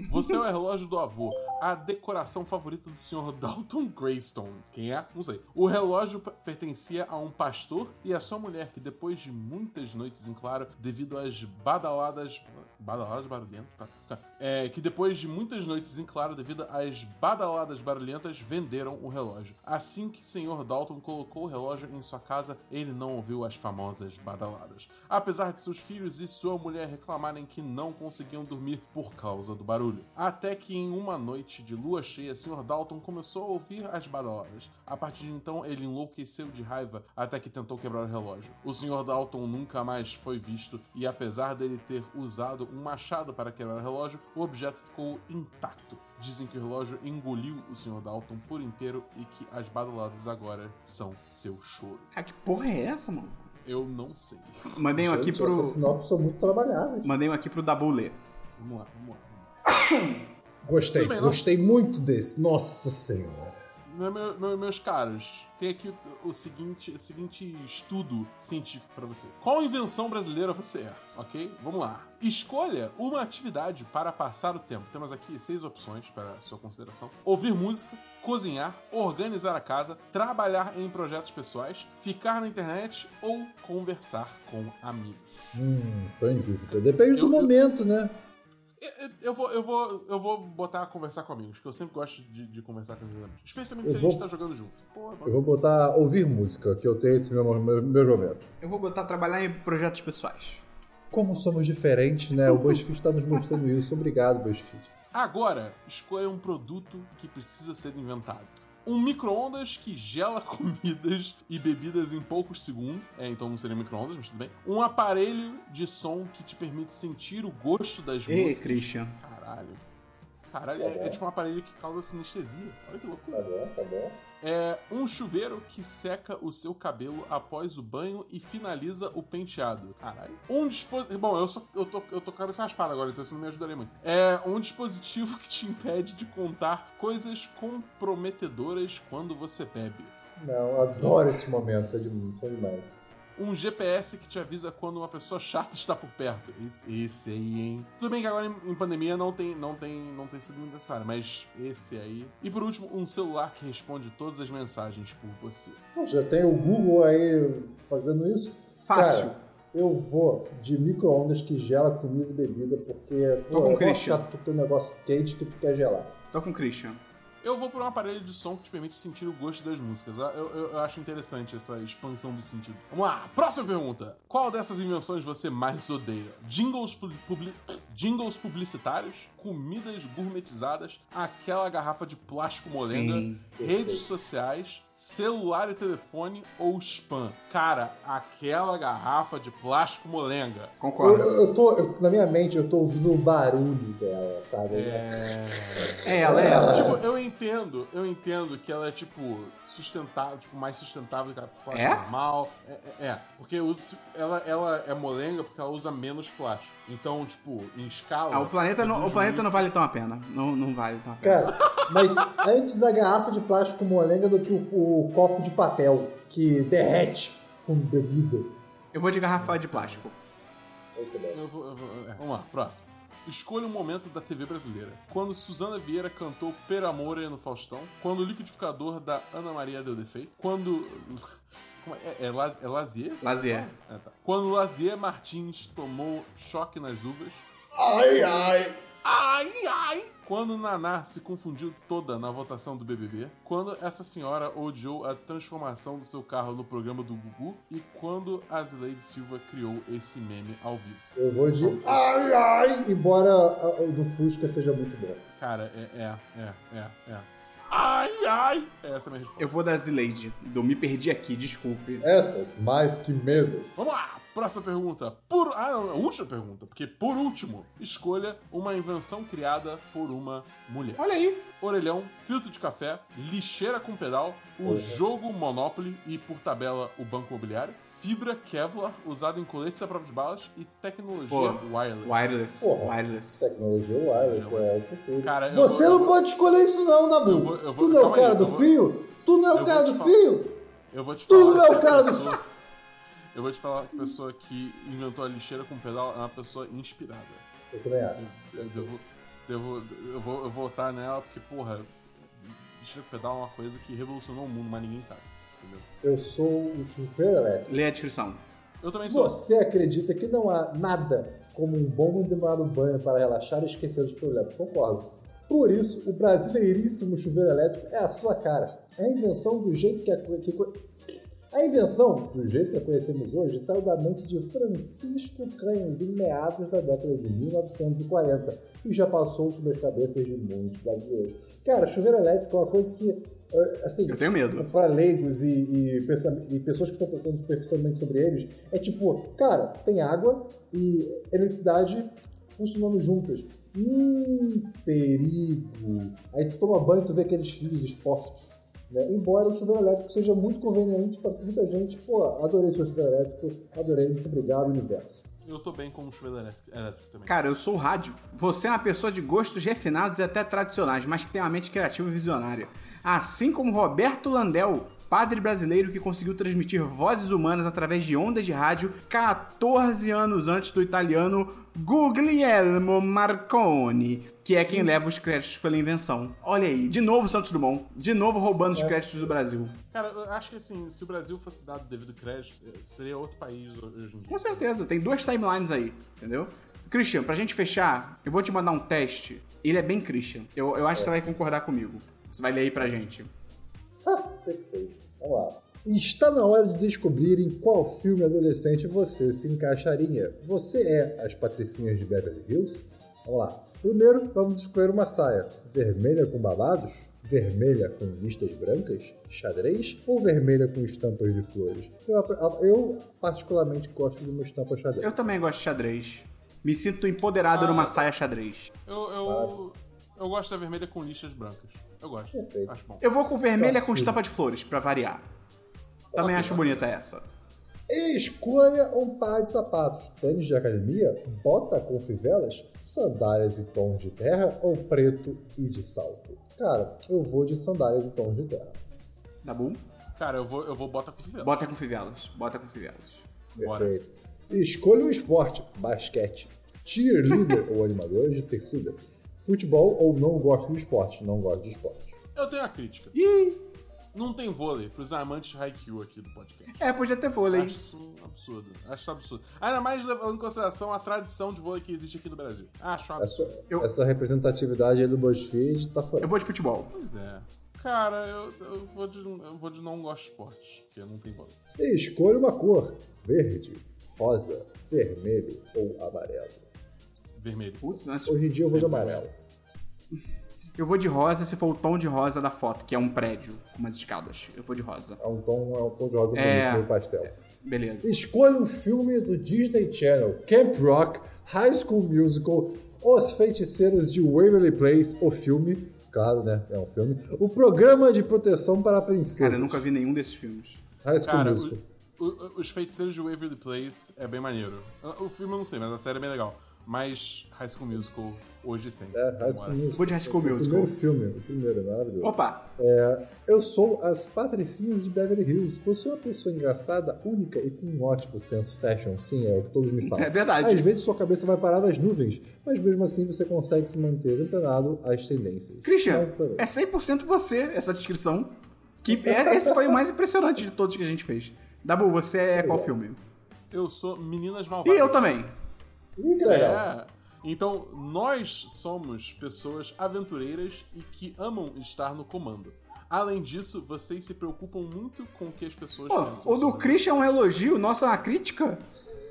S3: Você é o relógio do avô, a decoração favorita do senhor Dalton Greystone. Quem é? Não sei. O relógio p- pertencia a um pastor e a sua mulher, que depois de muitas noites em claro, devido às badaladas. Badaladas barulhentas? Tá. Tá. É, que depois de muitas noites em claro, devido às badaladas barulhentas, venderam o relógio. Assim que o senhor Dalton colocou o relógio em sua casa, ele não ouviu as famosas badaladas. Apesar de seus filhos e sua mulher reclamarem que não conseguiam dormir por causa do barulho. Até que em uma noite de lua cheia, o Sr. Dalton começou a ouvir as badaladas. A partir de então, ele enlouqueceu de raiva até que tentou quebrar o relógio. O Sr. Dalton nunca mais foi visto e apesar dele ter usado um machado para quebrar o relógio, o objeto ficou intacto. Dizem que o relógio engoliu o Sr. Dalton por inteiro e que as badaladas agora são seu choro.
S1: Cara, que porra é essa, mano?
S3: Eu não sei.
S1: Mandei um aqui
S2: Gente, Essas
S1: pro.
S2: sinopses são muito trabalhadas.
S1: Mandei um aqui pro Dabu ler.
S3: Vamos lá, vamos lá. Vamos lá.
S2: Gostei,
S3: Tudo bem, não?
S2: gostei muito desse. Nossa senhora.
S3: Meu- é meu- meu- meus caros, tem aqui o, o seguinte, o seguinte estudo científico pra você. Qual invenção brasileira você é? Ok? Vamos lá. Escolha uma atividade para passar o tempo. Temos aqui seis opções para sua consideração: ouvir música, cozinhar, organizar a casa, trabalhar em projetos pessoais, ficar na internet ou conversar com amigos.
S2: Hum, tô em dúvida. Depende do
S3: Eu- eu-
S2: momento, né?
S3: Eu, eu- eu vou, eu, vou, eu vou botar conversar com amigos, que eu sempre gosto de, de conversar com meus amigos. Especialmente
S2: Eu
S3: se a
S2: vou-
S3: gente tá jogando junto. Pô, é bom.
S2: Eu vou botar ouvir música, que eu tenho esse meu, meu, meus momentos.
S1: Eu vou botar trabalhar em projetos pessoais.
S2: Como somos diferentes, né? O BuzzFeed tá nos mostrando isso. Obrigado, BuzzFeed.
S3: Agora, escolha um produto que precisa ser inventado. Um micro-ondas que gela comidas e bebidas em poucos segundos. É, então não seria micro-ondas, mas tudo bem. Um aparelho de som que te permite sentir o gosto das
S1: Ei,
S3: músicas.
S1: Christian.
S3: Caralho. caralho. É, é tipo um aparelho que causa sinestesia. Olha
S2: Tá
S3: que loucura.
S2: bom, tá bom.
S3: É um chuveiro que seca o seu cabelo após o banho e finaliza o penteado. Caralho. Um dispositivo. Bom, eu, sou, eu, tô, eu tô com a cabeça raspada agora, então isso não me ajudaria muito. É um dispositivo que te impede de contar coisas comprometedoras quando você bebe.
S2: Não, eu adoro esses momentos, é de são demais.
S3: Um GPS que te avisa quando uma pessoa chata está por perto. Esse, esse aí, hein? Tudo bem que agora em, em pandemia não tem, não, tem, não tem sido muito necessário, mas esse aí. E por último, um celular que responde todas as mensagens por você.
S2: Pô, Já tem o Google aí fazendo isso.
S1: Fácil.
S2: Cara, eu vou de micro-ondas que gela comida e bebida, porque
S1: Tô com o
S2: é mó
S1: Christian.
S2: chato tu ter um negócio quente que tu quer gelar.
S1: Tô com o Christian.
S3: Eu vou por um aparelho de som que te permite sentir o gosto das músicas. Eu, eu- eu acho interessante essa expansão do sentido. Vamos lá, próxima pergunta. Qual dessas invenções você mais odeia? Jingles, publi- publi- jingles publicitários? Comidas gourmetizadas? Aquela garrafa de plástico molenga?
S1: Sim.
S3: redes sociais, celular e telefone ou spam? Cara, aquela garrafa de plástico molenga.
S2: Eu,
S1: Concordo.
S2: eu- eu tô, eu- na minha mente, eu tô ouvindo o barulho dela, sabe?
S1: É ela, é ela.
S3: Tipo, eu entendo, eu entendo que ela é, tipo, sustentável, tipo, mais sustentável que a plástico
S1: É?
S3: normal. É, é, é. porque eu uso- ela, ela é molenga porque ela usa menos plástico. Então, tipo, em escala...
S1: Ah, o planeta, não, o
S3: reduz
S1: planeta
S3: muito.
S1: não vale tão a pena. Não, não vale tão a pena.
S2: Cara,
S5: Mas antes a garrafa de plástico molenga do que o, o copo de papel que derrete com bebida.
S1: Eu vou de garrafa de plástico.
S2: muito bem.
S3: Eu vou- eu vou- é. Vamos lá, próximo. Escolha um momento da TV brasileira. Quando Suzana Vieira cantou Per Amore no Faustão. Quando o liquidificador da Ana Maria deu defeito. Quando. Como é? É, é, Laz- é Lazier?
S1: Lazier.
S3: Ah, tá. Quando Lazier Martins tomou choque nas uvas.
S2: Ai, ai.
S3: Ai, ai! Quando Naná se confundiu toda na votação do BBB. Quando essa senhora odiou a transformação do seu carro no programa do Gugu. E quando a Zileide Silva criou esse meme ao vivo.
S2: Eu vou de ai, ai, embora a- o do Fusca seja muito bom.
S3: Cara, é, é, é, é, é. Ai, ai! Essa é a minha resposta.
S1: Eu vou da Zileide, do Me Perdi Aqui, desculpe.
S2: Estas, mais que mesas.
S3: Vamos lá! Próxima pergunta. Por... Ah, não, a última pergunta. Porque, por último, escolha uma invenção criada por uma mulher.
S1: Olha aí.
S3: Orelhão, filtro de café, lixeira com pedal, o jogo Monopoly e, por tabela, o Banco Imobiliário, fibra Kevlar, usado em coletes à prova de balas e tecnologia
S1: Pô,
S3: wireless.
S1: Wireless.
S2: Porra.
S1: Wireless.
S2: Tecnologia wireless é o futuro.
S3: Cara, eu
S5: Você
S3: vou- eu
S5: não
S3: vou-
S5: pode escolher isso não, Nabu.
S3: Eu vou- eu vou-
S5: tu não é o
S3: calma aí,
S5: cara
S3: eu
S5: do
S3: vou-
S5: fio? Tu não é
S3: eu
S5: o
S3: vou
S5: cara
S3: te
S5: do
S3: falar.
S5: fio?
S3: Eu vou te
S5: Tu
S3: falar.
S5: não é o cara do-
S3: pessoa- Eu vou te falar que a pessoa que inventou a lixeira com pedal é uma pessoa inspirada.
S2: Eu também acho.
S3: Eu devo, devo, eu, vou, eu vou votar nela porque, porra, deixa eu pedar é uma coisa que revolucionou o mundo, mas ninguém sabe. Entendeu?
S2: Eu sou o chuveiro elétrico.
S1: Lê a descrição.
S3: Eu também sou.
S2: Você acredita que não há nada como um bom e demorado banho para relaxar e esquecer dos problemas? Concordo. Por isso, o brasileiríssimo chuveiro elétrico é a sua cara. É a invenção do jeito que a, co- que co- a invenção do jeito que a conhecemos hoje saiu da mente de Francisco Canhos em meados da década de 1940 e já passou sobre as cabeças de muitos brasileiros. Cara, chuveiro elétrico é uma coisa que eh, assim,
S1: Eu tenho medo.
S2: para leigos e, e pensa- e pessoas que estão pensando superficialmente sobre eles, é tipo, cara, tem água e eletricidade funcionando juntas. Hum, perigo. Aí tu toma banho e tu vê aqueles fios expostos. né? Embora o chuveiro elétrico seja muito conveniente para muita gente, pô, adorei seu chuveiro elétrico, adorei, muito obrigado, universo.
S3: Eu tô bem com o chuveiro elétrico, elétrico também.
S1: Cara, eu sou o rádio. Você é uma pessoa de gostos refinados e até tradicionais, mas que tem uma mente criativa e visionária. Assim como Roberto Landel, padre brasileiro que conseguiu transmitir vozes humanas através de ondas de rádio 14 anos antes do italiano Guglielmo Marconi, que é quem leva os créditos pela invenção. Olha aí, de novo Santos Dumont, de novo roubando os créditos do Brasil.
S3: Cara, eu acho que assim, se o Brasil fosse dado devido crédito, eh, seria outro país hoje em dia.
S1: Com certeza, tem duas timelines aí, entendeu? Christian, pra gente fechar, eu vou te mandar um teste. Ele é bem Christian. Eu, eu acho que você vai concordar comigo. Você vai ler aí pra gente.
S2: Ah, Perfeito. Vamos lá. Está na hora de descobrir em qual filme adolescente você se encaixaria. Você é as patricinhas de Beverly Hills? Vamos lá. Primeiro, vamos escolher uma saia. Vermelha com babados? Vermelha com listas brancas? Xadrez? Ou vermelha com estampas de flores? Eu, eu particularmente gosto de uma estampa xadrez.
S1: Eu também gosto de xadrez. Me sinto empoderado
S3: Ah,
S1: numa
S3: tá.
S1: saia xadrez.
S3: Eu, eu, Eu gosto da vermelha com lixas brancas. Eu gosto.
S2: Perfeito.
S3: Acho bom.
S1: Eu vou com vermelha com
S2: Absurdo.
S1: estampa de flores, pra variar. Também
S3: Tá Ok,
S1: acho
S3: ok.
S1: bonita essa.
S2: Escolha um par de sapatos, tênis de academia, bota com fivelas, sandálias e tons de terra ou preto e de salto. Cara, eu vou de sandálias e tons de terra.
S1: Tá bom?
S3: Cara, eu vou, eu vou bota com fivela.
S1: Bota com fivelas. Bota com fivelas.
S3: Bora.
S2: Perfeito. Escolha um esporte, basquete, cheerleader ou animador de torcida, futebol ou não gosto de esporte, não gosto de esporte.
S3: Eu tenho a crítica.
S1: Ih,
S3: Não tem vôlei pros amantes de Haikyuu aqui do podcast.
S1: é, podia ter vôlei.
S3: Acho isso um absurdo. Acho isso absurdo. Ainda mais levando em consideração a tradição de vôlei que existe aqui no Brasil.
S1: É
S3: Acho um absurdo.
S2: Essa,
S1: Eu-
S2: essa representatividade aí do BuzzFeed tá fora.
S1: Eu vou de futebol.
S3: Pois é. Cara, eu, eu, vou de, eu vou de não gosto de esportes, porque não tem vôlei.
S2: Escolha uma cor, verde, rosa, vermelho ou amarelo.
S3: Vermelho.
S1: Putz, né?
S2: Hoje em dia eu vou de amarelo.
S1: Eu vou de rosa se for o tom de rosa da foto, que é um prédio com umas escadas. Eu vou de rosa.
S2: É um tom, é um tom de rosa bonito,
S1: É.
S2: meio pastel.
S1: Beleza.
S2: Escolha um filme do Disney Channel, Camp Rock, High School Musical, Os Feiticeiros de Waverly Place, o filme, claro, né, é um filme, o Programa de Proteção para Princesas,
S1: Cara, eu nunca vi nenhum desses filmes.
S2: High School
S3: Cara,
S2: Musical.
S3: o- o- os feiticeiros de Waverly Place é bem maneiro. O, o filme eu não sei, mas a série é bem legal. Mas High School Musical, hoje e sempre.
S2: É, High School
S3: Vambora.
S2: Musical.
S1: Vou de High School
S2: O
S1: Musical.
S2: primeiro filme, o primeiro, é maravilhoso.
S1: Opa!
S2: É, eu sou as patricinhas de Beverly Hills. Você é uma pessoa engraçada, única e com um ótimo senso fashion. Sim, é o que todos me falam.
S1: É verdade.
S2: Às vezes sua cabeça vai parar nas nuvens, mas mesmo assim você consegue se manter antenado às tendências.
S1: Christian,
S2: Nós também.
S1: é 100% você essa descrição. Que é- esse foi o mais impressionante de todos que a gente fez. Dabu, você é qual filme?
S3: Eu sou Meninas
S1: E
S3: Malvadas.
S1: eu também.
S2: Ih, que legal.
S3: É. Então, nós somos pessoas aventureiras e que amam estar no comando. Além disso, vocês se preocupam muito com o que as pessoas
S1: Pô,
S3: pensam.
S1: o do
S3: sobre
S1: Christian é um elogio, o nosso é uma crítica?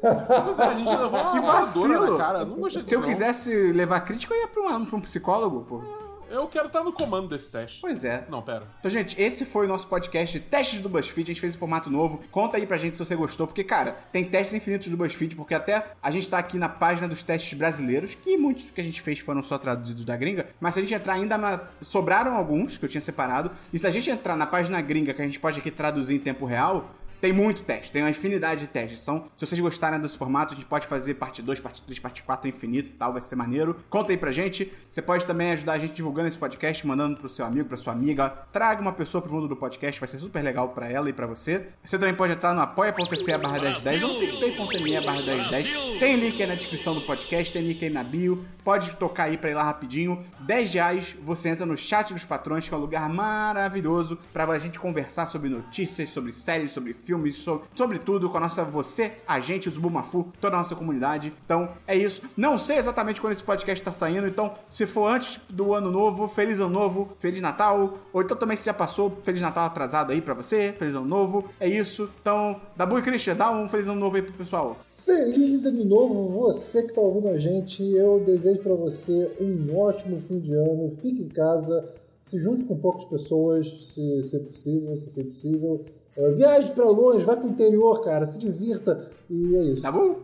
S3: Pois é, a gente levou uma
S1: Que
S3: voadora
S1: vacilo!
S3: na cara. Não gostei disso.
S1: Se eu
S3: não.
S1: quisesse levar crítica, eu ia pra, uma- pra um psicólogo, pô.
S3: Eu quero estar no comando desse teste.
S1: Pois é.
S3: Não, pera.
S1: Então, gente, esse foi o nosso podcast de testes do BuzzFeed. A gente fez em formato novo. Conta aí pra gente se você gostou, porque, cara, tem testes infinitos do BuzzFeed, porque até a gente tá aqui na página dos testes brasileiros, que muitos que a gente fez foram só traduzidos da gringa, mas se a gente entrar ainda na... Sobraram alguns que eu tinha separado, e se a gente entrar na página gringa, que a gente pode aqui traduzir em tempo real, tem muito teste, tem uma infinidade de testes. São, se vocês gostarem desse formato, a gente pode fazer parte 2, parte 3, parte 4, infinito e tal, vai ser maneiro. Conta aí pra gente. Você pode também ajudar a gente divulgando esse podcast, mandando pro seu amigo, pra sua amiga. Traga uma pessoa pro mundo do podcast, vai ser super legal pra ela e pra você. Você também pode entrar no apoia.se barra 1010 ou no picpay.me barra 1010. Tem link aí na descrição do podcast, tem link aí na bio. Pode tocar aí pra ir lá rapidinho. 10 reais, você entra no chat dos patrões, que é um lugar maravilhoso pra gente conversar sobre notícias, sobre séries, sobre filmes, so- sobre, tudo com a nossa você, a gente, os Bumafu, toda a nossa comunidade. Então é isso. Não sei exatamente quando esse podcast tá saindo, então se for antes do ano novo, feliz ano novo, feliz Natal. Ou então também se já passou, feliz Natal atrasado aí pra você, feliz ano novo. É isso. Então, Dabu e Christian, dá um feliz ano novo aí pro pessoal.
S2: Feliz ano novo, você que tá ouvindo a gente. Eu desejo pra você um ótimo fim de ano. Fique em casa, se junte com poucas pessoas, se, se é possível, se é possível. Eh, viaje pra longe, vai pro interior, cara, se divirta. E é isso.
S1: Dabu?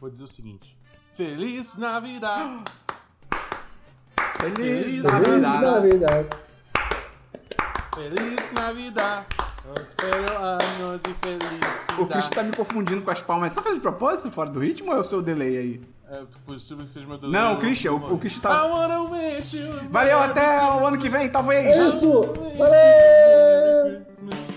S3: Vou dizer o seguinte. Feliz Navidad!
S1: Feliz
S3: Feliz
S2: Feliz
S1: Navidad.
S2: Navidad.
S3: Feliz Navidad! Espero anos e felicidade.
S1: O Christian tá me confundindo com as palmas. Você tá fazendo de propósito fora do ritmo ou é o seu delay aí?
S3: É possível que seja meu
S1: Não, o Christian, o- o Christian tá-
S3: I wanna wish you a
S1: Valeu,
S3: Merry
S1: até o ano que vem, tá? talvez.
S2: É isso!
S3: Christmas.
S2: Valeu!
S3: Merry Christmas.